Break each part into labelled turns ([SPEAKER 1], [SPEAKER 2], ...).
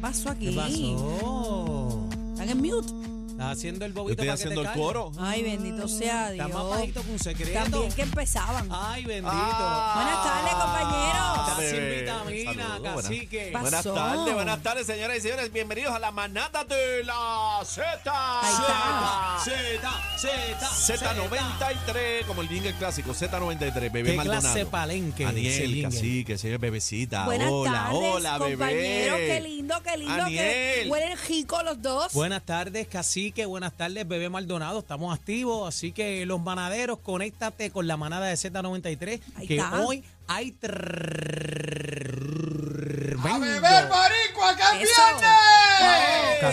[SPEAKER 1] pasó aquí?
[SPEAKER 2] ¿Qué pasó?
[SPEAKER 1] Están en mute.
[SPEAKER 2] Estás haciendo el
[SPEAKER 3] Yo
[SPEAKER 2] bobito
[SPEAKER 3] estoy
[SPEAKER 2] para que te
[SPEAKER 3] haciendo el
[SPEAKER 2] calles.
[SPEAKER 3] coro.
[SPEAKER 1] Ay, bendito sea Dios.
[SPEAKER 2] Está más bajito que un secreto.
[SPEAKER 1] También que empezaban.
[SPEAKER 2] Ay, bendito.
[SPEAKER 3] Ah.
[SPEAKER 2] Ah.
[SPEAKER 1] Buenas tardes, compañeros.
[SPEAKER 2] Estás
[SPEAKER 3] Dale,
[SPEAKER 2] sin
[SPEAKER 3] bebé.
[SPEAKER 2] vitamina,
[SPEAKER 3] Saludos, buenas.
[SPEAKER 2] cacique.
[SPEAKER 1] Pa-
[SPEAKER 3] Buenas
[SPEAKER 1] Pasó.
[SPEAKER 3] tardes, buenas tardes, señoras y señores. Bienvenidos a la manada de la
[SPEAKER 1] Ahí
[SPEAKER 3] Z.
[SPEAKER 1] está.
[SPEAKER 2] Z, Z,
[SPEAKER 3] Z93, como el jingle clásico, Z93, bebé
[SPEAKER 2] Qué
[SPEAKER 3] Maldonado.
[SPEAKER 2] clase palenque ese
[SPEAKER 3] Aniel,
[SPEAKER 2] jingle.
[SPEAKER 3] cacique, señor bebecita.
[SPEAKER 1] Ah, Buenas
[SPEAKER 3] hola,
[SPEAKER 1] tardes,
[SPEAKER 3] hola,
[SPEAKER 1] compañeros.
[SPEAKER 3] bebé.
[SPEAKER 1] Qué lindo, qué lindo. Que
[SPEAKER 3] Aniel.
[SPEAKER 1] huelen rico los dos.
[SPEAKER 2] Buenas tardes, cacique. Buenas tardes, bebé Maldonado. Estamos activos, así que los manaderos, conéctate con la manada de Z93,
[SPEAKER 1] Ahí
[SPEAKER 2] que
[SPEAKER 1] está.
[SPEAKER 2] hoy hay...
[SPEAKER 4] ¡A
[SPEAKER 2] tremendo.
[SPEAKER 4] beber, marico! ¡Acá es
[SPEAKER 1] Eso.
[SPEAKER 4] viernes!
[SPEAKER 1] Wow.
[SPEAKER 2] Casi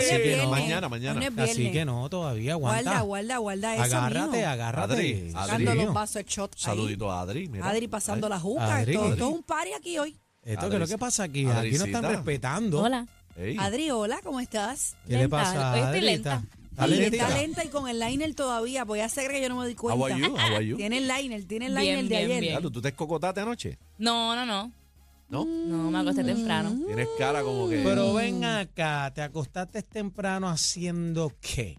[SPEAKER 1] Hoy es
[SPEAKER 2] que no.
[SPEAKER 1] viernes.
[SPEAKER 3] Mañana, mañana.
[SPEAKER 1] Hoy es
[SPEAKER 2] Así
[SPEAKER 1] viernes.
[SPEAKER 2] que no, todavía aguanta.
[SPEAKER 1] Guarda, guarda, guarda eso,
[SPEAKER 2] agárrate,
[SPEAKER 1] mijo.
[SPEAKER 2] agárrate.
[SPEAKER 3] Adri, Adri.
[SPEAKER 1] Sacando
[SPEAKER 2] Mío.
[SPEAKER 1] los vasos, el shot ahí.
[SPEAKER 3] Saludito a Adri. mira.
[SPEAKER 1] Adri pasando la juca.
[SPEAKER 2] Adri.
[SPEAKER 1] Todo,
[SPEAKER 2] Adri.
[SPEAKER 1] todo un party aquí hoy.
[SPEAKER 2] Esto que es lo que pasa aquí, aquí no están
[SPEAKER 3] Adricita.
[SPEAKER 2] respetando.
[SPEAKER 5] Hola.
[SPEAKER 3] Ey,
[SPEAKER 1] Adri, hola, ¿cómo estás?
[SPEAKER 2] ¿Qué le
[SPEAKER 5] Lenta,
[SPEAKER 2] pasa?
[SPEAKER 5] hoy estoy
[SPEAKER 2] Adri?
[SPEAKER 5] lenta.
[SPEAKER 2] ¿Está
[SPEAKER 1] Ay,
[SPEAKER 2] lentita?
[SPEAKER 1] está lenta y con el liner todavía, pues ya se cree que yo no me doy
[SPEAKER 3] How are
[SPEAKER 1] cuenta.
[SPEAKER 3] you? How are you?
[SPEAKER 1] Tiene el liner, tiene el
[SPEAKER 5] Bien,
[SPEAKER 1] liner de
[SPEAKER 5] bien,
[SPEAKER 1] ayer.
[SPEAKER 5] bien.
[SPEAKER 3] Claro, ¿Tú te escocotaste anoche?
[SPEAKER 5] No, no, no.
[SPEAKER 3] ¿No?
[SPEAKER 5] No, me acosté temprano.
[SPEAKER 3] Tienes cara como
[SPEAKER 1] Mm,
[SPEAKER 3] que.
[SPEAKER 2] Pero ven acá, te acostaste temprano haciendo qué?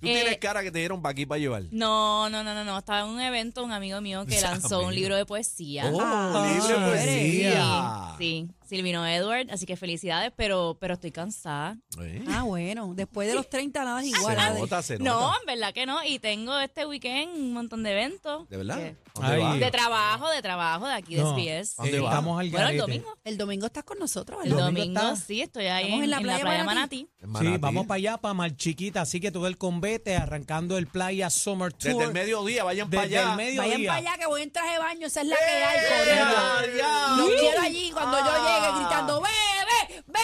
[SPEAKER 3] Tú tienes
[SPEAKER 5] Eh,
[SPEAKER 3] cara que te dieron pa' aquí para llevar.
[SPEAKER 5] No, no, no, no, no. Estaba en un evento un amigo mío que
[SPEAKER 3] Esa
[SPEAKER 5] lanzó
[SPEAKER 3] amiga.
[SPEAKER 5] un libro de poesía.
[SPEAKER 3] ¡Oh!
[SPEAKER 1] Ah,
[SPEAKER 3] ¡Libre
[SPEAKER 2] sí.
[SPEAKER 3] poesía!
[SPEAKER 5] Sí, Silvino Edward, así que felicidades, pero, pero estoy cansada.
[SPEAKER 3] Eh,
[SPEAKER 1] Ah, bueno, después de los 30 nada es igual.
[SPEAKER 3] se
[SPEAKER 1] Adri.
[SPEAKER 3] nota, se
[SPEAKER 5] No,
[SPEAKER 3] nota.
[SPEAKER 5] en verdad que no. Y tengo este weekend un montón de eventos.
[SPEAKER 3] ¿De verdad?
[SPEAKER 5] Que-
[SPEAKER 3] ¿Dónde
[SPEAKER 2] Ay.
[SPEAKER 3] va?
[SPEAKER 5] De trabajo, de trabajo, de aquí de
[SPEAKER 2] No,
[SPEAKER 5] SBS.
[SPEAKER 3] ¿Dónde
[SPEAKER 2] eh,
[SPEAKER 3] va?
[SPEAKER 2] Estamos al
[SPEAKER 5] Bueno,
[SPEAKER 2] garete.
[SPEAKER 5] el domingo.
[SPEAKER 1] El domingo estás con nosotros,
[SPEAKER 5] El
[SPEAKER 1] ¿verdad?
[SPEAKER 2] domingo
[SPEAKER 5] domingo,
[SPEAKER 2] estás?
[SPEAKER 5] sí, estoy ahí
[SPEAKER 1] Estamos
[SPEAKER 5] en, en la playa Manatí.
[SPEAKER 2] Sí,
[SPEAKER 3] En Manatí.
[SPEAKER 2] vamos para allá, para Marchiquita, así que todo el convete, arrancando el playa Summer Tour.
[SPEAKER 3] Desde el mediodía, vayan para
[SPEAKER 2] Desde el
[SPEAKER 3] allá.
[SPEAKER 2] mediodía.
[SPEAKER 1] Vayan para allá que voy en traje de baño, esa es la que
[SPEAKER 3] ¡Eh,
[SPEAKER 1] hay, Corea.
[SPEAKER 3] ya!
[SPEAKER 1] Los quiero allí cuando yo llegue
[SPEAKER 3] Ah.
[SPEAKER 1] gritando, bebe, bebe.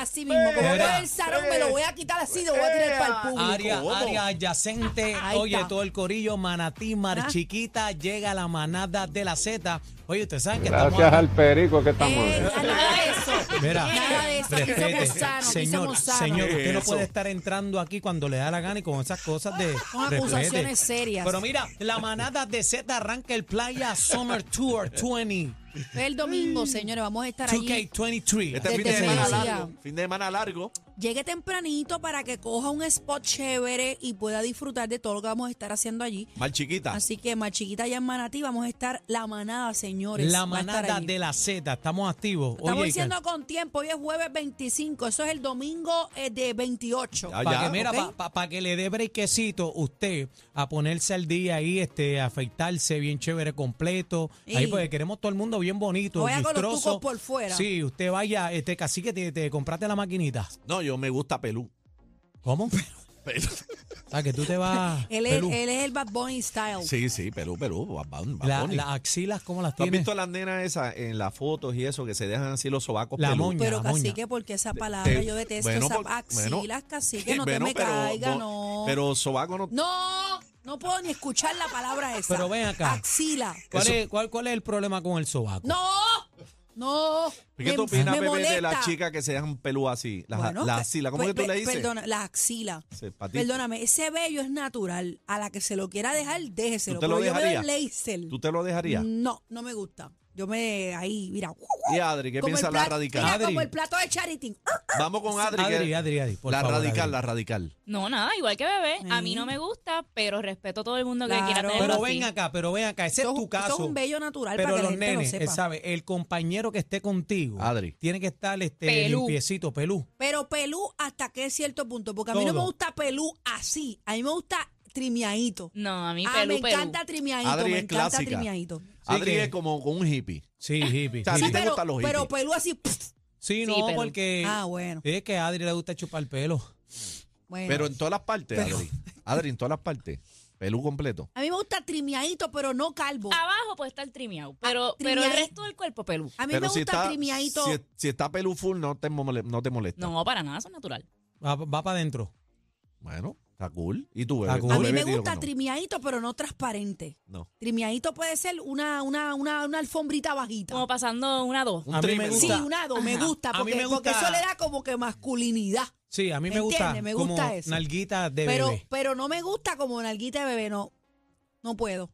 [SPEAKER 1] Así mismo, como
[SPEAKER 2] Mira.
[SPEAKER 1] voy el salón, me lo voy a quitar así, lo voy a tirar para el público. Eh,
[SPEAKER 2] Área,
[SPEAKER 3] ¿Cómo?
[SPEAKER 2] área adyacente,
[SPEAKER 1] Ahí
[SPEAKER 2] oye,
[SPEAKER 1] está. Ah.
[SPEAKER 2] todo el corillo, Manatí, Marchiquita, llega la manada de la Z. Oye, ustedes saben que estamos...
[SPEAKER 6] Gracias al perico que estamos.
[SPEAKER 1] Eh, nada de eso.
[SPEAKER 2] Mira,
[SPEAKER 1] nada de eso. Aquí
[SPEAKER 2] respete.
[SPEAKER 1] somos sanos. Aquí
[SPEAKER 2] señor,
[SPEAKER 1] somos sanos.
[SPEAKER 2] señor, usted no
[SPEAKER 3] Eso.
[SPEAKER 2] puede estar entrando aquí cuando le da la gana y con esas cosas de.
[SPEAKER 1] Son
[SPEAKER 2] respete.
[SPEAKER 1] acusaciones serias.
[SPEAKER 2] Pero mira, la manada de Z arranca el Playa Summer Tour 20,
[SPEAKER 1] El domingo, señores, vamos a estar allí.
[SPEAKER 2] 2K23.
[SPEAKER 3] Este fin de
[SPEAKER 1] Desde
[SPEAKER 3] semana
[SPEAKER 1] mediodía.
[SPEAKER 3] largo. Fin de semana largo.
[SPEAKER 1] Llegue tempranito para que coja un spot chévere y pueda disfrutar de todo lo que vamos a estar haciendo allí.
[SPEAKER 3] Mal chiquita.
[SPEAKER 1] Así que más chiquita ya en Manatí vamos a estar la manada, señores.
[SPEAKER 2] La
[SPEAKER 1] va a estar
[SPEAKER 2] manada
[SPEAKER 1] allí.
[SPEAKER 2] de la Z, estamos activos.
[SPEAKER 1] Estamos
[SPEAKER 2] Oye,
[SPEAKER 1] diciendo con tiempo, hoy es jueves 25, eso es el domingo eh, de 28.
[SPEAKER 3] Ah,
[SPEAKER 2] para
[SPEAKER 3] ya,
[SPEAKER 2] que, mira,
[SPEAKER 1] ok.
[SPEAKER 2] pa- pa- pa' que le dé brequecito usted a ponerse al día ahí, este, a afeitarse bien chévere completo. Ahí
[SPEAKER 1] Y-
[SPEAKER 2] porque queremos todo el mundo bien bonito,
[SPEAKER 1] Vaya con los
[SPEAKER 2] lustroso.
[SPEAKER 1] tucos por fuera.
[SPEAKER 2] Sí, usted vaya, este, casi que te, te compraste la maquinita.
[SPEAKER 3] No, yo me gusta pelú.
[SPEAKER 2] ¿Cómo?
[SPEAKER 3] Pelú.
[SPEAKER 2] O sea, que tú te vas.
[SPEAKER 1] Él es,
[SPEAKER 2] pelú.
[SPEAKER 1] él es el Bad Bunny style.
[SPEAKER 3] Sí, sí, pelú, pelú. Bad Bunny, Bad
[SPEAKER 2] La-
[SPEAKER 3] Bunny.
[SPEAKER 2] las axilas, ¿cómo las
[SPEAKER 3] ¿Tú has
[SPEAKER 2] tienes?
[SPEAKER 3] visto las nenas esas en las fotos y eso que se dejan así los sobacos
[SPEAKER 2] La
[SPEAKER 3] pelú?
[SPEAKER 2] moña.
[SPEAKER 1] Pero
[SPEAKER 2] moña.
[SPEAKER 1] cacique, porque esa palabra
[SPEAKER 3] Te-
[SPEAKER 1] yo detesto,
[SPEAKER 3] bueno,
[SPEAKER 1] esa
[SPEAKER 3] por- bueno,
[SPEAKER 1] axilas, cacique, no
[SPEAKER 3] Bueno,
[SPEAKER 1] te me
[SPEAKER 3] pero-
[SPEAKER 1] caiga,
[SPEAKER 3] bo-
[SPEAKER 1] no.
[SPEAKER 3] Pero sobaco no.
[SPEAKER 1] No, no puedo ni escuchar la palabra esa.
[SPEAKER 2] Pero ven acá.
[SPEAKER 1] Axila.
[SPEAKER 2] ¿Cuál,
[SPEAKER 3] Eso-
[SPEAKER 2] es, cuál, ¿Cuál es el problema con el sobaco?
[SPEAKER 1] No, no.
[SPEAKER 3] ¿Qué tú
[SPEAKER 1] me-
[SPEAKER 3] opinas,
[SPEAKER 1] me
[SPEAKER 3] bebé, de
[SPEAKER 1] molesta.
[SPEAKER 3] las chicas que se dejan pelú así? Las,
[SPEAKER 1] Bueno,
[SPEAKER 3] las
[SPEAKER 1] pe-
[SPEAKER 3] axilas. ¿Cómo
[SPEAKER 1] pe-
[SPEAKER 3] que tú
[SPEAKER 1] pe-
[SPEAKER 3] le dices?
[SPEAKER 1] Perdona, las axilas.
[SPEAKER 3] Sí, pa' ti.
[SPEAKER 1] Perdóname, ese vello es natural. A la que se lo quiera dejar, déjeselo.
[SPEAKER 3] ¿Tú te lo
[SPEAKER 1] Pero yo veo el
[SPEAKER 3] dejarías?
[SPEAKER 1] laser.
[SPEAKER 3] ¿Tú te lo dejarías?
[SPEAKER 1] No, no me gusta. Yo me ahí, mira.
[SPEAKER 3] Y Adri, ¿qué
[SPEAKER 1] Como
[SPEAKER 3] piensa
[SPEAKER 1] el
[SPEAKER 3] la
[SPEAKER 1] plato-
[SPEAKER 3] radical?
[SPEAKER 1] mira,
[SPEAKER 2] Adri.
[SPEAKER 1] como el plato de Charity.
[SPEAKER 3] Vamos con Adri. que-
[SPEAKER 2] Adri, Adri, Adri, por
[SPEAKER 3] la
[SPEAKER 2] favor,
[SPEAKER 3] radical,
[SPEAKER 2] Adri.
[SPEAKER 3] la radical.
[SPEAKER 5] No, nada, igual que bebé. A mí
[SPEAKER 1] Sí.
[SPEAKER 5] no me gusta, pero respeto a todo el mundo que
[SPEAKER 1] Claro.
[SPEAKER 5] quiera tenerlo
[SPEAKER 2] Pero
[SPEAKER 5] así.
[SPEAKER 2] ven acá, pero ven acá, ese
[SPEAKER 1] Eso es
[SPEAKER 2] es tu
[SPEAKER 1] un- eso es
[SPEAKER 2] caso.
[SPEAKER 1] un vello natural
[SPEAKER 2] Pero
[SPEAKER 1] para que la
[SPEAKER 2] los
[SPEAKER 1] gente lo
[SPEAKER 2] nenes,
[SPEAKER 1] sepa.
[SPEAKER 2] eh, ¿sabe? El compañero que esté contigo
[SPEAKER 3] Adri.
[SPEAKER 2] tiene que estar este,
[SPEAKER 5] Pelú.
[SPEAKER 2] limpiecito, pelú.
[SPEAKER 1] Pero pelú hasta que cierto punto. Porque a mí no
[SPEAKER 2] Todo.
[SPEAKER 1] me gusta pelú así. A mí me gusta trimiadito.
[SPEAKER 5] No, a mí
[SPEAKER 1] Ah,
[SPEAKER 5] pelú,
[SPEAKER 1] me
[SPEAKER 5] pelú.
[SPEAKER 1] encanta trimiadito.
[SPEAKER 3] Adri
[SPEAKER 1] me
[SPEAKER 3] es
[SPEAKER 1] encanta
[SPEAKER 3] clásica.
[SPEAKER 1] trimiadito.
[SPEAKER 3] Adri
[SPEAKER 2] que-
[SPEAKER 3] es como con un hippie.
[SPEAKER 2] Sí, hippie.
[SPEAKER 3] Está
[SPEAKER 2] sí.
[SPEAKER 3] bien. te
[SPEAKER 1] pero,
[SPEAKER 3] gustan los
[SPEAKER 1] pero
[SPEAKER 3] hippies?
[SPEAKER 1] pelú así. pff,
[SPEAKER 2] Sí,
[SPEAKER 5] Sí,
[SPEAKER 2] no,
[SPEAKER 5] pelú.
[SPEAKER 2] porque
[SPEAKER 1] Ah, bueno.
[SPEAKER 2] es que a Adri le gusta chupar pelo.
[SPEAKER 1] bueno.
[SPEAKER 3] Pero en todas las partes, Adri. Adri, en todas las partes. Pelú completo.
[SPEAKER 1] a mí me gusta trimiadito, pero no calvo.
[SPEAKER 2] Ah.
[SPEAKER 5] Abajo puede estar trimeado, pero,
[SPEAKER 1] Ah,
[SPEAKER 5] pero el
[SPEAKER 1] trimeado.
[SPEAKER 5] resto del cuerpo pelú.
[SPEAKER 1] A mí
[SPEAKER 3] Pero
[SPEAKER 1] me
[SPEAKER 3] si
[SPEAKER 1] gusta
[SPEAKER 3] está,
[SPEAKER 1] trimiadito.
[SPEAKER 3] si, si está pelú full, no te, mole- no te molesta.
[SPEAKER 5] No, para nada, eso es natural.
[SPEAKER 2] Va, para adentro.
[SPEAKER 3] Bueno, está cool. ¿Y tú, bebé?
[SPEAKER 2] Está cool.
[SPEAKER 1] a
[SPEAKER 3] Tu
[SPEAKER 1] mí
[SPEAKER 3] bebé
[SPEAKER 1] me
[SPEAKER 3] dijo
[SPEAKER 1] gusta
[SPEAKER 3] que no.
[SPEAKER 1] trimiadito, pero no transparente.
[SPEAKER 3] No.
[SPEAKER 1] Trimiadito puede ser una, una, una, una alfombrita bajita.
[SPEAKER 5] Como pasando una dos.
[SPEAKER 3] Un
[SPEAKER 2] A mí me
[SPEAKER 3] trimmer.
[SPEAKER 1] Sí,
[SPEAKER 2] gusta.
[SPEAKER 1] un hado, me
[SPEAKER 5] Ajá.
[SPEAKER 1] gusta,
[SPEAKER 2] A mí
[SPEAKER 1] porque,
[SPEAKER 2] me
[SPEAKER 1] porque
[SPEAKER 2] gusta-
[SPEAKER 1] eso le da como que masculinidad.
[SPEAKER 2] Sí, a mí me
[SPEAKER 1] ¿Me
[SPEAKER 2] gusta,
[SPEAKER 1] entiendes? Me gusta
[SPEAKER 2] como
[SPEAKER 1] eso.
[SPEAKER 2] nalguita de
[SPEAKER 1] Pero,
[SPEAKER 2] bebé.
[SPEAKER 1] pero no me gusta como nalguita de bebé, no. No puedo.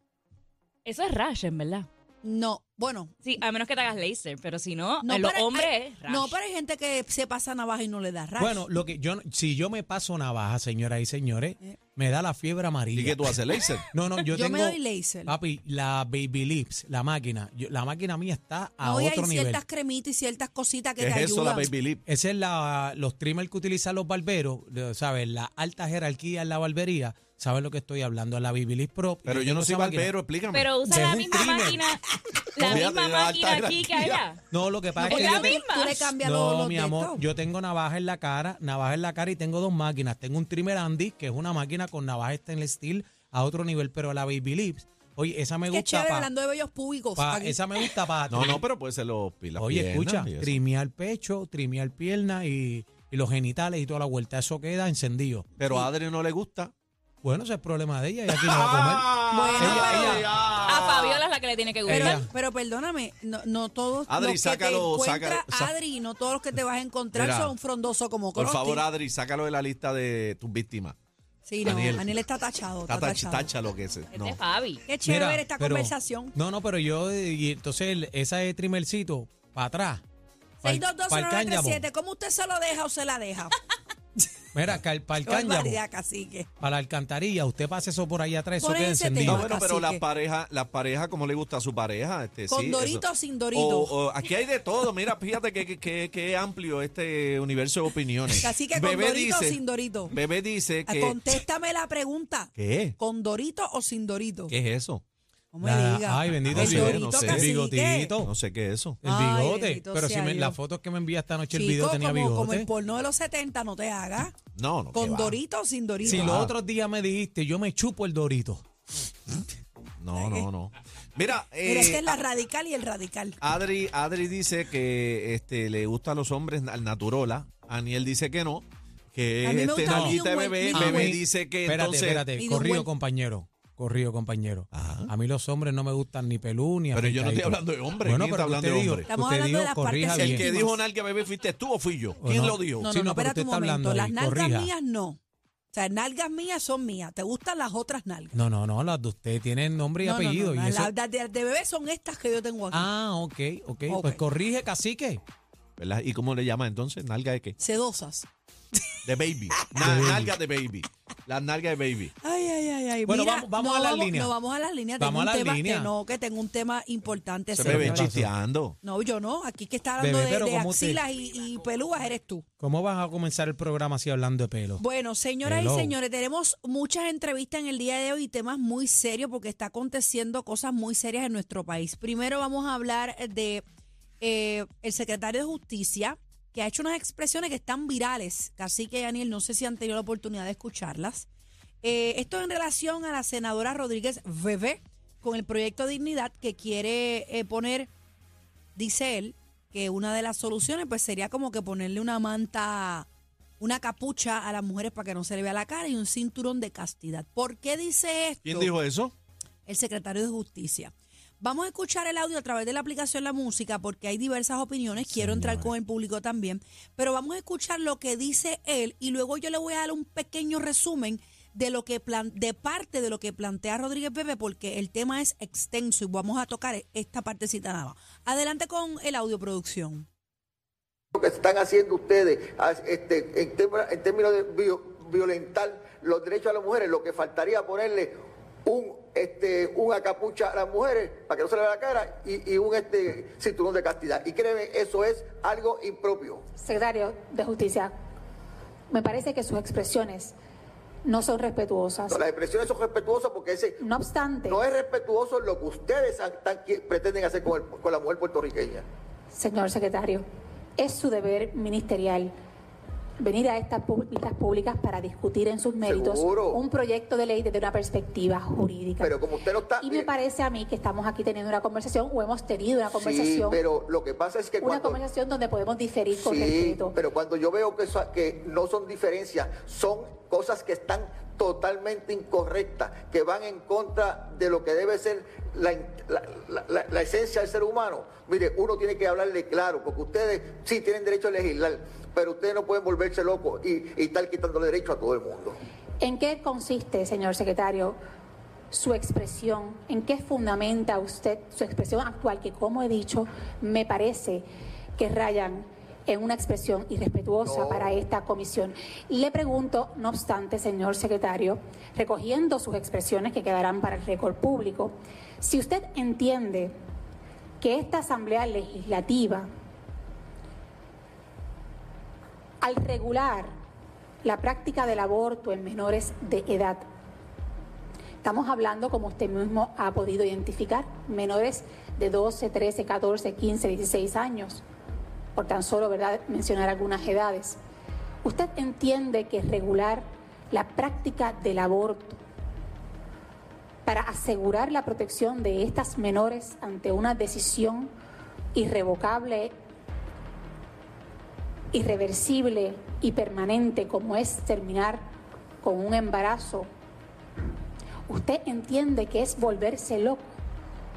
[SPEAKER 5] Eso es rash, en verdad.
[SPEAKER 1] No. Bueno,
[SPEAKER 5] Sí, a menos que te hagas laser, pero si no, a los
[SPEAKER 1] pero hay-
[SPEAKER 5] hombres
[SPEAKER 1] hay-
[SPEAKER 5] es rash.
[SPEAKER 1] No, pero hay gente que se pasa navaja y no le da rash.
[SPEAKER 2] Bueno, lo que yo, si yo me paso navaja, señoras y señores, me da la fiebre amarilla.
[SPEAKER 3] ¿Y qué tú haces, Laser?
[SPEAKER 2] No, no, yo,
[SPEAKER 1] Eh. Yo
[SPEAKER 2] tengo.
[SPEAKER 1] me doy laser.
[SPEAKER 2] Papi, la Baby Lips, la máquina. yo- la máquina mía está a
[SPEAKER 1] no, y hay
[SPEAKER 2] otro nivel.
[SPEAKER 1] ciertas cremitas y ciertas cositas que
[SPEAKER 3] ¿Qué es
[SPEAKER 1] te
[SPEAKER 3] eso, la
[SPEAKER 1] ayudan.
[SPEAKER 3] Baby Lip?
[SPEAKER 2] Esa es la, los trimmers que utilizan los barberos, de- ¿sabes? La alta jerarquía en la barbería, ¿sabes lo que estoy hablando? La Baby Lips Pro.
[SPEAKER 3] Pero yo no
[SPEAKER 2] tengo
[SPEAKER 3] soy
[SPEAKER 2] esa máquina.
[SPEAKER 3] barbero, explícame.
[SPEAKER 5] pero usa
[SPEAKER 2] Es
[SPEAKER 5] la
[SPEAKER 2] un
[SPEAKER 5] misma
[SPEAKER 2] trimmer.
[SPEAKER 5] máquina, la
[SPEAKER 3] Olvídate
[SPEAKER 5] misma
[SPEAKER 3] de la
[SPEAKER 5] máquina
[SPEAKER 3] alta
[SPEAKER 5] aquí que
[SPEAKER 3] jerarquía.
[SPEAKER 5] allá.
[SPEAKER 2] No, lo que pasa es
[SPEAKER 5] No,
[SPEAKER 2] que
[SPEAKER 5] es
[SPEAKER 2] yo
[SPEAKER 5] la
[SPEAKER 2] te-
[SPEAKER 5] misma.
[SPEAKER 1] Tú le cambias
[SPEAKER 2] no,
[SPEAKER 1] los, los
[SPEAKER 2] mi
[SPEAKER 1] de
[SPEAKER 2] amor,
[SPEAKER 1] estos.
[SPEAKER 2] yo tengo navaja en la cara, navaja en la cara y tengo dos máquinas. Tengo un trimmer Andy, que es una máquina con navaja stainless steel a otro nivel, pero la Baby Lips, oye, esa me
[SPEAKER 1] Qué
[SPEAKER 2] gusta
[SPEAKER 1] chévere,
[SPEAKER 2] pa-
[SPEAKER 1] hablando de bellos públicos.
[SPEAKER 2] pa-
[SPEAKER 1] aquí.
[SPEAKER 2] esa me gusta para
[SPEAKER 3] No, no, pero puede ser los pilas.
[SPEAKER 2] Oye, escucha, trimear pecho, trimear pierna y, y los genitales y toda la vuelta, eso queda encendido.
[SPEAKER 3] Pero a Adri no le gusta.
[SPEAKER 2] Bueno, ese es problema de ella, ella aquí no va a comer.
[SPEAKER 1] Bueno,
[SPEAKER 3] Ella-
[SPEAKER 1] pero-
[SPEAKER 3] ella-
[SPEAKER 5] A Fabiola es la que le tiene que
[SPEAKER 1] Ah. Pero,
[SPEAKER 5] gustar.
[SPEAKER 2] Ella.
[SPEAKER 1] pero perdóname, no, no todos
[SPEAKER 3] Adri,
[SPEAKER 1] los que
[SPEAKER 3] sácalo,
[SPEAKER 1] te
[SPEAKER 3] sácalo,
[SPEAKER 1] encuentras,
[SPEAKER 3] sa-
[SPEAKER 1] Adri, no todos los que te vas a encontrar
[SPEAKER 3] Mira,
[SPEAKER 1] son frondosos como
[SPEAKER 3] Por
[SPEAKER 1] Crosti.
[SPEAKER 3] favor, Adri, sácalo de la lista de tus víctimas.
[SPEAKER 1] Sí, no, Aniel,
[SPEAKER 3] Aniel.
[SPEAKER 1] está tachado, está
[SPEAKER 3] Tacha,
[SPEAKER 1] tachado.
[SPEAKER 3] lo que es.
[SPEAKER 5] Es
[SPEAKER 3] No.
[SPEAKER 5] de Fabi.
[SPEAKER 1] Qué chévere
[SPEAKER 2] Mira,
[SPEAKER 1] esta
[SPEAKER 2] pero-
[SPEAKER 1] conversación.
[SPEAKER 2] No, no, pero yo, eh, y entonces el- esa de trimercito, para atrás. pa'l- pa'l cáñamo.
[SPEAKER 1] 6220937, ¿cómo usted se lo deja o se la deja?
[SPEAKER 2] Mira, para el
[SPEAKER 1] Qué
[SPEAKER 2] cáñamo,
[SPEAKER 1] barbaridad, cacique.
[SPEAKER 2] para la alcantarilla, usted pase eso por ahí atrás, eso
[SPEAKER 1] Pon
[SPEAKER 2] queda
[SPEAKER 1] ese
[SPEAKER 2] encendido.
[SPEAKER 3] No,
[SPEAKER 1] tema.
[SPEAKER 3] bueno, pero
[SPEAKER 1] Cacique.
[SPEAKER 3] las parejas, las parejas, como le gusta a su pareja? Este,
[SPEAKER 1] Con
[SPEAKER 3] sí,
[SPEAKER 1] dorito
[SPEAKER 3] eso.
[SPEAKER 1] o sin dorito.
[SPEAKER 3] O- o- aquí hay de todo. Mira, fíjate que, que- que- que amplio este universo de opiniones.
[SPEAKER 1] Cacique, ¿con dorito o sin dorito?
[SPEAKER 3] Bebé dice
[SPEAKER 1] Ah,
[SPEAKER 3] que.
[SPEAKER 1] Contéstame la pregunta.
[SPEAKER 3] ¿Qué?
[SPEAKER 1] ¿Con dorito o sin dorito?
[SPEAKER 3] ¿Qué es eso?
[SPEAKER 1] No me
[SPEAKER 2] Nada,
[SPEAKER 1] diga.
[SPEAKER 2] ay, bendito
[SPEAKER 1] El
[SPEAKER 3] sea,
[SPEAKER 1] dorito,
[SPEAKER 3] no sé.
[SPEAKER 1] cacique.
[SPEAKER 2] Bigotito.
[SPEAKER 3] No sé qué es eso.
[SPEAKER 2] El
[SPEAKER 1] Ay,
[SPEAKER 2] bigote.
[SPEAKER 1] bendito
[SPEAKER 2] pero si
[SPEAKER 1] sea
[SPEAKER 2] me-
[SPEAKER 1] Dios.
[SPEAKER 2] las fotos que me envía esta noche el
[SPEAKER 1] Chico,
[SPEAKER 2] video tenía
[SPEAKER 1] como, como el
[SPEAKER 2] bigote.
[SPEAKER 1] porno de los 70, no te hagas.
[SPEAKER 3] No, no. qué
[SPEAKER 1] ¿Con
[SPEAKER 3] va.
[SPEAKER 1] dorito o sin dorito?
[SPEAKER 2] Si los
[SPEAKER 3] Ah.
[SPEAKER 2] otros días me dijiste, yo me chupo el dorito.
[SPEAKER 3] No, no, no. Mira,
[SPEAKER 1] Mira, esta
[SPEAKER 3] eh, Ah.
[SPEAKER 1] es la radical y el radical.
[SPEAKER 3] Adri, Adri dice que este, le gusta a los hombres al naturola. Aniel dice que no. Que
[SPEAKER 1] A mí me
[SPEAKER 3] es este,
[SPEAKER 1] gusta a mí
[SPEAKER 3] nalguita de
[SPEAKER 1] un buen-
[SPEAKER 3] bebé.
[SPEAKER 1] mí un
[SPEAKER 3] Bebé
[SPEAKER 1] buen-
[SPEAKER 3] dice que
[SPEAKER 2] Espérate,
[SPEAKER 3] entonces.
[SPEAKER 2] espérate.
[SPEAKER 1] Y de un
[SPEAKER 2] Corrido,
[SPEAKER 1] buen-
[SPEAKER 2] compañero. Corrido, compañero. A mí los hombres no me gustan ni pelú ni
[SPEAKER 3] Pero yo no estoy
[SPEAKER 2] afeitaditos.
[SPEAKER 3] hablando de hombres,
[SPEAKER 2] Bueno,
[SPEAKER 3] ¿quién
[SPEAKER 2] pero
[SPEAKER 3] está hablando
[SPEAKER 2] usted
[SPEAKER 3] de
[SPEAKER 2] dijo-
[SPEAKER 3] hombres?
[SPEAKER 1] Estamos
[SPEAKER 2] usted
[SPEAKER 1] hablando de
[SPEAKER 2] dijo,
[SPEAKER 1] las partes
[SPEAKER 2] corrija
[SPEAKER 1] íntimas.
[SPEAKER 3] El
[SPEAKER 2] bien.
[SPEAKER 3] que dijo nalga bebé fuiste tú o fui yo.
[SPEAKER 2] ¿O
[SPEAKER 3] ¿Quién
[SPEAKER 2] no?
[SPEAKER 3] lo dijo?
[SPEAKER 1] No,
[SPEAKER 2] Sí,
[SPEAKER 1] no, no,
[SPEAKER 2] no, pero
[SPEAKER 1] espérate
[SPEAKER 2] usted
[SPEAKER 1] un
[SPEAKER 2] está hablando
[SPEAKER 1] momento. Las
[SPEAKER 2] ahí,
[SPEAKER 1] nalgas
[SPEAKER 2] corrija.
[SPEAKER 1] mías no. O sea, nalgas mías son mías. ¿Te gustan las otras nalgas?
[SPEAKER 2] No, no, no, las de usted tienen nombre y
[SPEAKER 1] No, no,
[SPEAKER 2] apellido.
[SPEAKER 1] no, no,
[SPEAKER 2] y eso-
[SPEAKER 1] Las de, de bebé son estas que yo tengo aquí.
[SPEAKER 2] Ah, ok, ok. Pues
[SPEAKER 1] Ok.
[SPEAKER 2] corrige, cacique.
[SPEAKER 3] ¿Verdad? ¿Y cómo le llama entonces? ¿Nalga de qué?
[SPEAKER 1] Sedosas.
[SPEAKER 3] De baby. Na- nalga de baby. La nalga de baby.
[SPEAKER 1] Ay, ay, ay, ay.
[SPEAKER 2] Bueno,
[SPEAKER 1] Mira,
[SPEAKER 2] vamos- vamos
[SPEAKER 1] no
[SPEAKER 2] a las líneas.
[SPEAKER 1] No, vamos a las líneas. Tengo
[SPEAKER 2] Vamos a
[SPEAKER 1] un
[SPEAKER 2] las
[SPEAKER 1] tema
[SPEAKER 2] líneas.
[SPEAKER 1] Que no, que tengo un tema importante.
[SPEAKER 3] Se
[SPEAKER 1] serio.
[SPEAKER 3] me
[SPEAKER 2] bebé
[SPEAKER 3] ven
[SPEAKER 2] ¿qué pasó?
[SPEAKER 3] chisteando.
[SPEAKER 1] No, yo no. Aquí que está hablando
[SPEAKER 2] Bebé,
[SPEAKER 1] de,
[SPEAKER 2] pero
[SPEAKER 1] de
[SPEAKER 2] ¿cómo usted?
[SPEAKER 1] axilas y, y pelúas eres tú.
[SPEAKER 2] ¿Cómo vas a comenzar el programa así hablando de pelo?
[SPEAKER 1] Bueno, señoras
[SPEAKER 2] Hello.
[SPEAKER 1] y señores, tenemos muchas entrevistas en el día de hoy y temas muy serios porque está aconteciendo cosas muy serias en nuestro país. Primero vamos a hablar de eh, el secretario de Justicia que ha hecho unas expresiones que están virales. Así que, Daniel, no sé si han tenido la oportunidad de escucharlas. Eh, esto en relación a la senadora Rodríguez Bebé con el proyecto Dignidad que quiere eh, poner dice él que una de las soluciones pues sería como que ponerle una manta, una capucha a las mujeres para que no se le vea la cara y un cinturón de castidad. ¿Por qué dice esto?
[SPEAKER 3] ¿Quién dijo eso?
[SPEAKER 1] el secretario de Justicia. Vamos a escuchar el audio a través de la aplicación La Música porque hay diversas opiniones. Quiero entrar con el público también. Pero vamos a escuchar lo que dice él y luego yo le voy a dar un pequeño resumen de lo que plan- de parte de lo que plantea Rodríguez Bebe porque el tema es extenso y vamos a tocar esta partecita nada más. Adelante con el audio producción.
[SPEAKER 6] lo que están haciendo ustedes a- este, en, tema- en términos de vio- violentar los derechos a las mujeres, lo que faltaría ponerle un este una capucha a las mujeres para que no se le vea la cara y, y un este cinturón de castidad. Y créeme, eso es algo impropio.
[SPEAKER 7] secretario de Justicia, me parece que sus expresiones no son respetuosas.
[SPEAKER 6] No, las expresiones son respetuosas porque ese
[SPEAKER 7] No obstante,
[SPEAKER 6] no es respetuoso lo que ustedes han- tan- qui- pretenden hacer con, el- con la mujer puertorriqueña.
[SPEAKER 7] señor secretario, es su deber ministerial venir a estas públicas públicas para discutir en sus méritos
[SPEAKER 6] Seguro.
[SPEAKER 7] un proyecto de ley desde una perspectiva jurídica.
[SPEAKER 6] Pero como usted no está...
[SPEAKER 7] y me parece a mí que estamos aquí teniendo una conversación o hemos tenido una
[SPEAKER 6] sí,
[SPEAKER 7] conversación,
[SPEAKER 6] pero lo que pasa es que
[SPEAKER 7] una
[SPEAKER 6] cuando...
[SPEAKER 7] conversación donde podemos diferir con
[SPEAKER 6] Sí,
[SPEAKER 7] respeto.
[SPEAKER 6] pero cuando yo veo que, eso- que no son diferencias, son cosas que están totalmente incorrectas, que van en contra de lo que debe ser la, in- la- la- la- la esencia del ser humano. Mire, uno tiene que hablarle claro, porque ustedes sí tienen derecho a legislar, pero ustedes no pueden volverse locos y, y estar quitándole derecho a todo el mundo.
[SPEAKER 7] ¿En qué consiste, señor secretario, su expresión, en qué fundamenta usted su expresión actual, que como he dicho, me parece que rayan en una expresión irrespetuosa
[SPEAKER 6] No.
[SPEAKER 7] para esta comisión. Le pregunto, no obstante, señor secretario, recogiendo sus expresiones que quedarán para el récord público, si usted entiende que esta Asamblea Legislativa, al regular la práctica del aborto en menores de edad, estamos hablando, como usted mismo ha podido identificar, menores de 12, 13, 14, 15, 16 años, por tan solo ¿verdad? mencionar algunas edades. ¿Usted entiende que regular la práctica del aborto para asegurar la protección de estas menores ante una decisión irrevocable, irreversible y permanente como es terminar con un embarazo. Usted entiende que es volverse loco.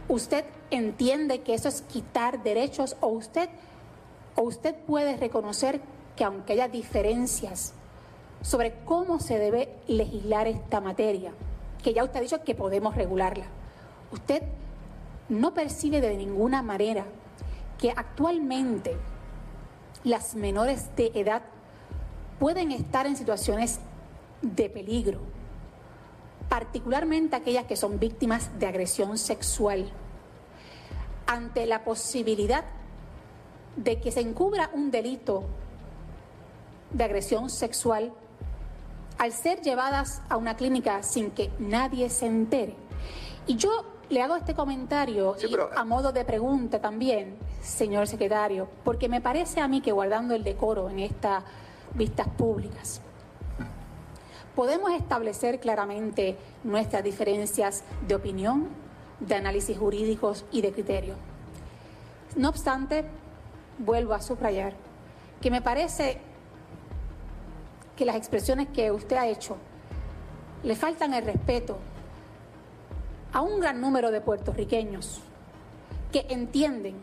[SPEAKER 7] Usted entiende que eso es quitar derechos o usted o usted puede reconocer que aunque haya diferencias sobre cómo se debe legislar esta materia, que ya usted ha dicho que podemos regularla. Usted no percibe de ninguna manera que actualmente las menores de edad pueden estar en situaciones de peligro, particularmente aquellas que son víctimas de agresión sexual, ante la posibilidad de que se encubra un delito de agresión sexual al ser llevadas a una clínica sin que nadie se entere. Y yo le hago este comentario
[SPEAKER 6] Sí,
[SPEAKER 7] y
[SPEAKER 6] pero-
[SPEAKER 7] a modo de pregunta también, señor secretario, porque me parece a mí que guardando el decoro en estas vistas públicas, podemos establecer claramente nuestras diferencias de opinión, de análisis jurídicos y de criterio. No obstante, vuelvo a subrayar que me parece que las expresiones que usted ha hecho le faltan el respeto a un gran número de puertorriqueños que entienden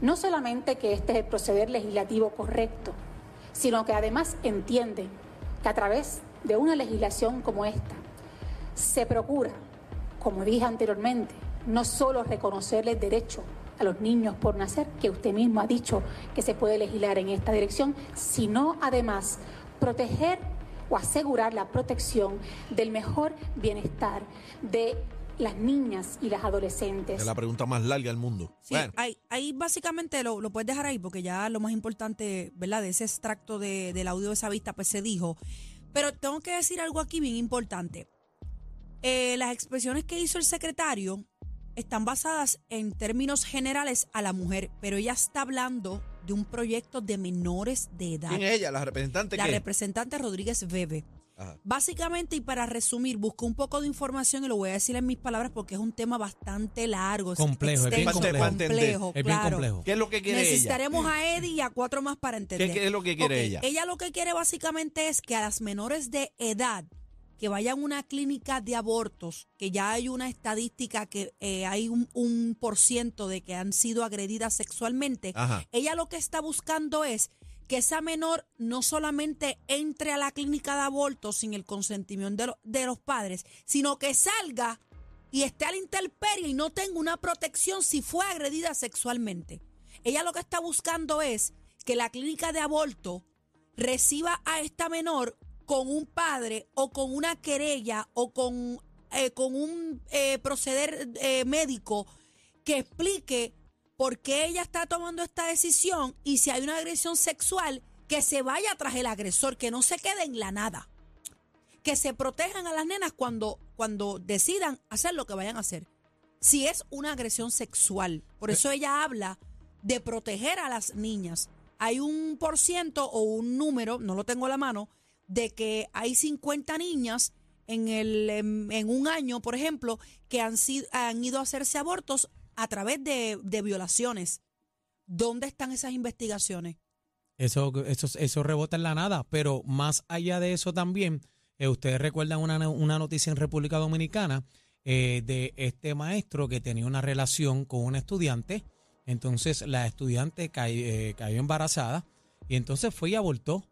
[SPEAKER 7] no solamente que este es el proceder legislativo correcto, sino que además entienden que a través de una legislación como esta se procura, como dije anteriormente, no solo reconocerle el derecho a los niños por nacer, que usted mismo ha dicho que se puede legislar en esta dirección, sino además proteger o asegurar la protección del mejor bienestar de las niñas y las adolescentes.
[SPEAKER 3] Es la pregunta más larga del mundo.
[SPEAKER 1] Sí, ah,
[SPEAKER 3] Bueno,
[SPEAKER 1] ahí, ahí básicamente lo, lo puedes dejar ahí porque ya lo más importante, ¿verdad? De ese extracto de- del audio de esa vista, pues se dijo. Pero tengo que decir algo aquí bien importante. Eh, las expresiones que hizo el secretario están basadas en términos generales a la mujer, pero ella está hablando de un proyecto de menores de edad.
[SPEAKER 3] ¿Quién es ella? ¿La representante
[SPEAKER 1] ah. La
[SPEAKER 3] qué?
[SPEAKER 1] representante Rodríguez Bebe.
[SPEAKER 3] Ajá.
[SPEAKER 1] Básicamente, y para resumir, busqué un poco de información y lo voy a decir en mis palabras porque es un tema bastante largo. es
[SPEAKER 2] Complejo, es bien
[SPEAKER 1] extenso,
[SPEAKER 2] complejo.
[SPEAKER 1] complejo,
[SPEAKER 2] Es bien
[SPEAKER 1] claro.
[SPEAKER 2] complejo.
[SPEAKER 3] ¿Qué es lo que quiere ella?
[SPEAKER 1] Necesitaremos a Eddie y a cuatro más para entender.
[SPEAKER 3] ¿Qué- qué es lo que quiere
[SPEAKER 1] Ok,
[SPEAKER 3] ella?
[SPEAKER 1] Ella lo que quiere básicamente es que a las menores de edad que vayan a una clínica de abortos, que ya hay una estadística que eh, hay un, un por ciento de que han sido agredidas sexualmente,
[SPEAKER 3] Ajá.
[SPEAKER 1] ella lo que está buscando es que esa menor no solamente entre a la clínica de abortos sin el consentimiento de, lo- de los padres, sino que salga y esté al intemperie y no tenga una protección si fue agredida sexualmente. Ella lo que está buscando es que la clínica de aborto reciba a esta menor con un padre o con una querella o con, eh, con un eh, proceder eh, médico que explique por qué ella está tomando esta decisión y si hay una agresión sexual, que se vaya tras el agresor, que no se quede en la nada. Que se protejan a las nenas cuando, cuando decidan hacer lo que vayan a hacer. Si es una agresión sexual. Por eso ella habla de proteger a las niñas. Hay un por ciento o un número, no lo tengo a la mano, de que hay 50 niñas en, el, en, en un año, por ejemplo, que han, sido, han ido a hacerse abortos a través de, de violaciones. ¿Dónde están esas investigaciones?
[SPEAKER 2] Eso, eso, eso rebota en la nada, pero más allá de eso también, eh, ustedes recuerdan una, no- una noticia en República Dominicana eh, de este maestro que tenía una relación con una estudiante, entonces la estudiante ca- eh, cayó embarazada y entonces fue y abortó,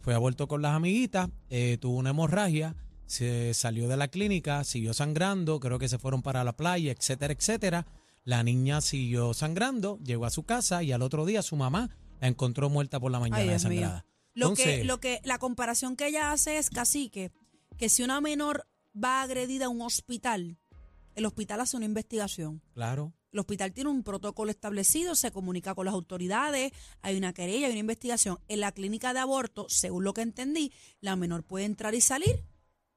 [SPEAKER 2] fue y abortó con las amiguitas, eh, tuvo una hemorragia, se salió de la clínica, siguió sangrando, creo que se fueron para la playa, etcétera, etcétera. La niña siguió sangrando, llegó a su casa y al otro día su mamá la encontró muerta por la mañana
[SPEAKER 1] Dios mío.
[SPEAKER 2] desangrada.
[SPEAKER 1] Lo que,
[SPEAKER 2] Entonces-
[SPEAKER 1] lo que, la comparación que ella hace es casi que, que si una menor va agredida a un hospital, el hospital hace una investigación.
[SPEAKER 2] Claro.
[SPEAKER 1] El hospital tiene un protocolo establecido, se comunica con las autoridades, hay una querella, hay una investigación. En la clínica de aborto, según lo que entendí, la menor puede entrar y salir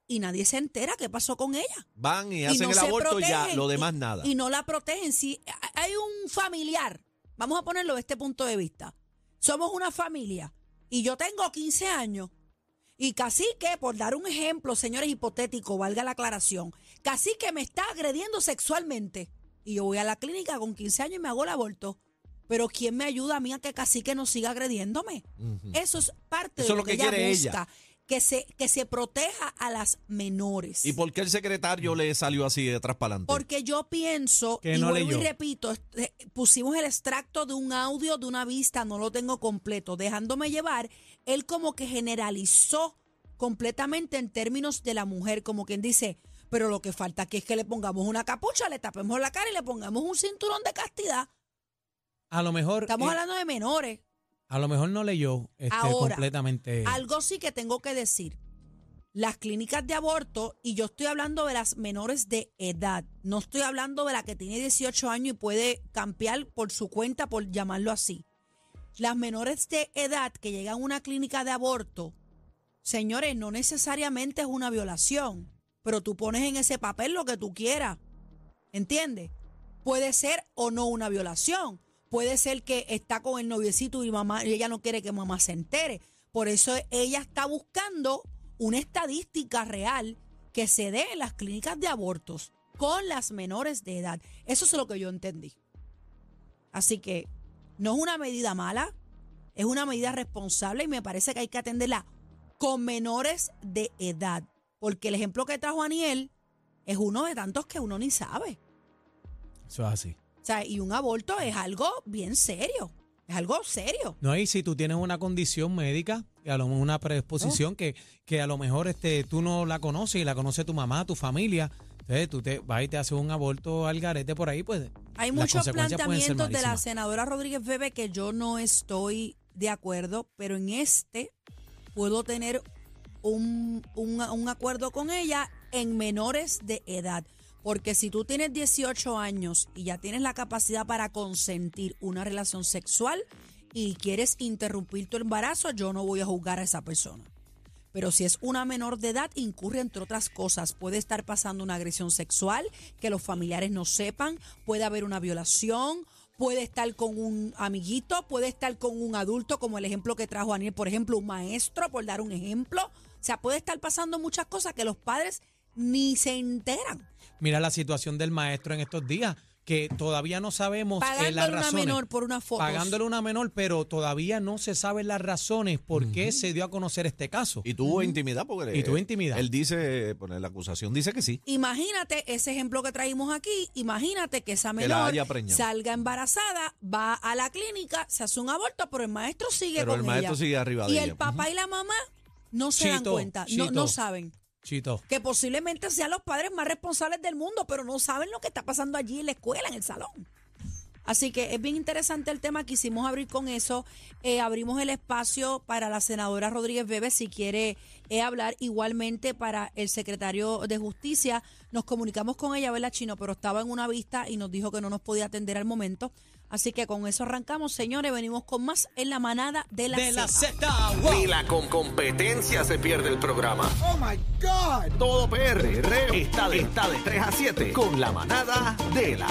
[SPEAKER 1] y nadie se entera qué pasó con ella.
[SPEAKER 3] Van y
[SPEAKER 1] Y
[SPEAKER 3] hacen
[SPEAKER 1] no
[SPEAKER 3] el
[SPEAKER 1] se
[SPEAKER 3] aborto y ya,
[SPEAKER 1] protegen,
[SPEAKER 3] lo
[SPEAKER 1] y-
[SPEAKER 3] demás nada.
[SPEAKER 1] Y no la protegen. Si hay un familiar, vamos a ponerlo de este punto de vista. Somos una familia y yo tengo 15 años. Y que por dar un ejemplo, señores, hipotético, valga la aclaración, que me está agrediendo sexualmente. Y yo voy a la clínica con 15 años y me hago el aborto. Pero ¿quién me ayuda a mí a que Cacique no siga agrediéndome?
[SPEAKER 3] Ujú.
[SPEAKER 1] Eso es parte de
[SPEAKER 3] Mm. Eso es
[SPEAKER 1] lo
[SPEAKER 3] lo
[SPEAKER 1] que,
[SPEAKER 3] que
[SPEAKER 1] ella
[SPEAKER 3] quiere ella.
[SPEAKER 1] busca. Que se, que se proteja a las menores.
[SPEAKER 3] ¿Y por qué el secretario le salió así de atrás para adelante?
[SPEAKER 1] Porque yo pienso,
[SPEAKER 2] Que
[SPEAKER 1] y
[SPEAKER 2] no
[SPEAKER 1] vuelvo y
[SPEAKER 2] leyó.
[SPEAKER 1] repito, este, pusimos el extracto de un audio de una vista, no lo tengo completo, dejándome llevar, él como que generalizó completamente en términos de la mujer, como quien dice, pero lo que falta aquí es que le pongamos una capucha, le tapemos la cara y le pongamos un cinturón de castidad.
[SPEAKER 2] A lo mejor,
[SPEAKER 1] Estamos
[SPEAKER 2] eh,
[SPEAKER 1] hablando de menores.
[SPEAKER 2] a lo mejor no leyó este,
[SPEAKER 1] Ahora,
[SPEAKER 2] completamente.
[SPEAKER 1] Algo sí que tengo que decir. Las clínicas de aborto, y yo estoy hablando de las menores de edad, no estoy hablando de la que tiene 18 años y puede campear por su cuenta, por llamarlo así. Las menores de edad que llegan a una clínica de aborto, señores, no necesariamente es una violación, pero tú pones en ese papel lo que tú quieras. ¿Entiendes? Puede ser o no una violación. Puede ser que está con el noviecito y mamá y ella no quiere que mamá se entere. Por eso ella está buscando una estadística real que se dé en las clínicas de abortos con las menores de edad. Eso es lo que yo entendí. Así que no es una medida mala, es una medida responsable y me parece que hay que atenderla con menores de edad. Porque el ejemplo que trajo Aniel es uno de tantos que uno ni sabe.
[SPEAKER 2] Eso es así.
[SPEAKER 1] O sea, y un aborto es algo bien serio. Es algo serio.
[SPEAKER 2] No, y si tú tienes una condición médica, que a lo mejor una
[SPEAKER 1] Oh.
[SPEAKER 2] predisposición que, que a lo mejor este, tú no la conoces y la conoce tu mamá, tu familia, entonces tú te vas y te haces un aborto al garete por ahí, pues
[SPEAKER 1] Hay
[SPEAKER 2] las
[SPEAKER 1] muchos
[SPEAKER 2] consecuencias pueden ser
[SPEAKER 1] planteamientos de la
[SPEAKER 2] malísimas.
[SPEAKER 1] senadora Rodríguez Bebe que yo no estoy de acuerdo, pero en este puedo tener un, un- un acuerdo con ella en menores de edad. Porque si tú tienes 18 años y ya tienes la capacidad para consentir una relación sexual y quieres interrumpir tu embarazo, yo no voy a juzgar a esa persona. Pero si es una menor de edad, incurre entre otras cosas. Puede estar pasando una agresión sexual, que los familiares no sepan, puede haber una violación, puede estar con un amiguito, puede estar con un adulto, como el ejemplo que trajo Aniel, por ejemplo, un maestro, por dar un ejemplo. O sea, puede estar pasando muchas cosas que los padres ni se enteran.
[SPEAKER 2] Mira la situación del maestro en estos días, que todavía no sabemos eh, las
[SPEAKER 1] Pagándole una
[SPEAKER 2] razones.
[SPEAKER 1] menor por una foto.
[SPEAKER 2] Pagándole una menor, pero todavía no se saben las razones por qué se dio a conocer este caso.
[SPEAKER 3] Y tuvo intimidad porque...
[SPEAKER 2] Y tuvo intimidad.
[SPEAKER 3] Él dice, bueno, la acusación dice que sí.
[SPEAKER 1] Imagínate ese ejemplo que traímos aquí, imagínate que esa
[SPEAKER 3] Que la
[SPEAKER 1] menor
[SPEAKER 3] haya preñado.
[SPEAKER 1] salga embarazada, va a la clínica, se hace un aborto, pero el maestro sigue
[SPEAKER 3] Pero
[SPEAKER 1] con
[SPEAKER 3] el maestro
[SPEAKER 1] ella.
[SPEAKER 3] sigue arriba de
[SPEAKER 1] y
[SPEAKER 3] ella.
[SPEAKER 1] el papá y la mamá no se dan
[SPEAKER 2] Chito,
[SPEAKER 1] cuenta, no, no
[SPEAKER 2] Chito.
[SPEAKER 1] saben.
[SPEAKER 2] Chito,
[SPEAKER 1] Que posiblemente sean los padres más responsables del mundo, pero no saben lo que está pasando allí en la escuela, en el salón. Así que es bien interesante el tema, quisimos abrir con eso. Eh, abrimos el espacio para la senadora Rodríguez Bebe, si quiere eh, hablar, igualmente para el secretario de Justicia. Nos comunicamos con ella, ¿verdad, Chino? Pero estaba en una vista y nos dijo que no nos podía atender al momento. Así que con eso arrancamos, señores. Venimos con más en la manada de la
[SPEAKER 2] de la
[SPEAKER 1] Z.
[SPEAKER 2] Z. wow.
[SPEAKER 8] Ni la con competencia se pierde el programa.
[SPEAKER 4] Oh my God.
[SPEAKER 8] Todo PR está de, está de 3 a 7 con la manada de la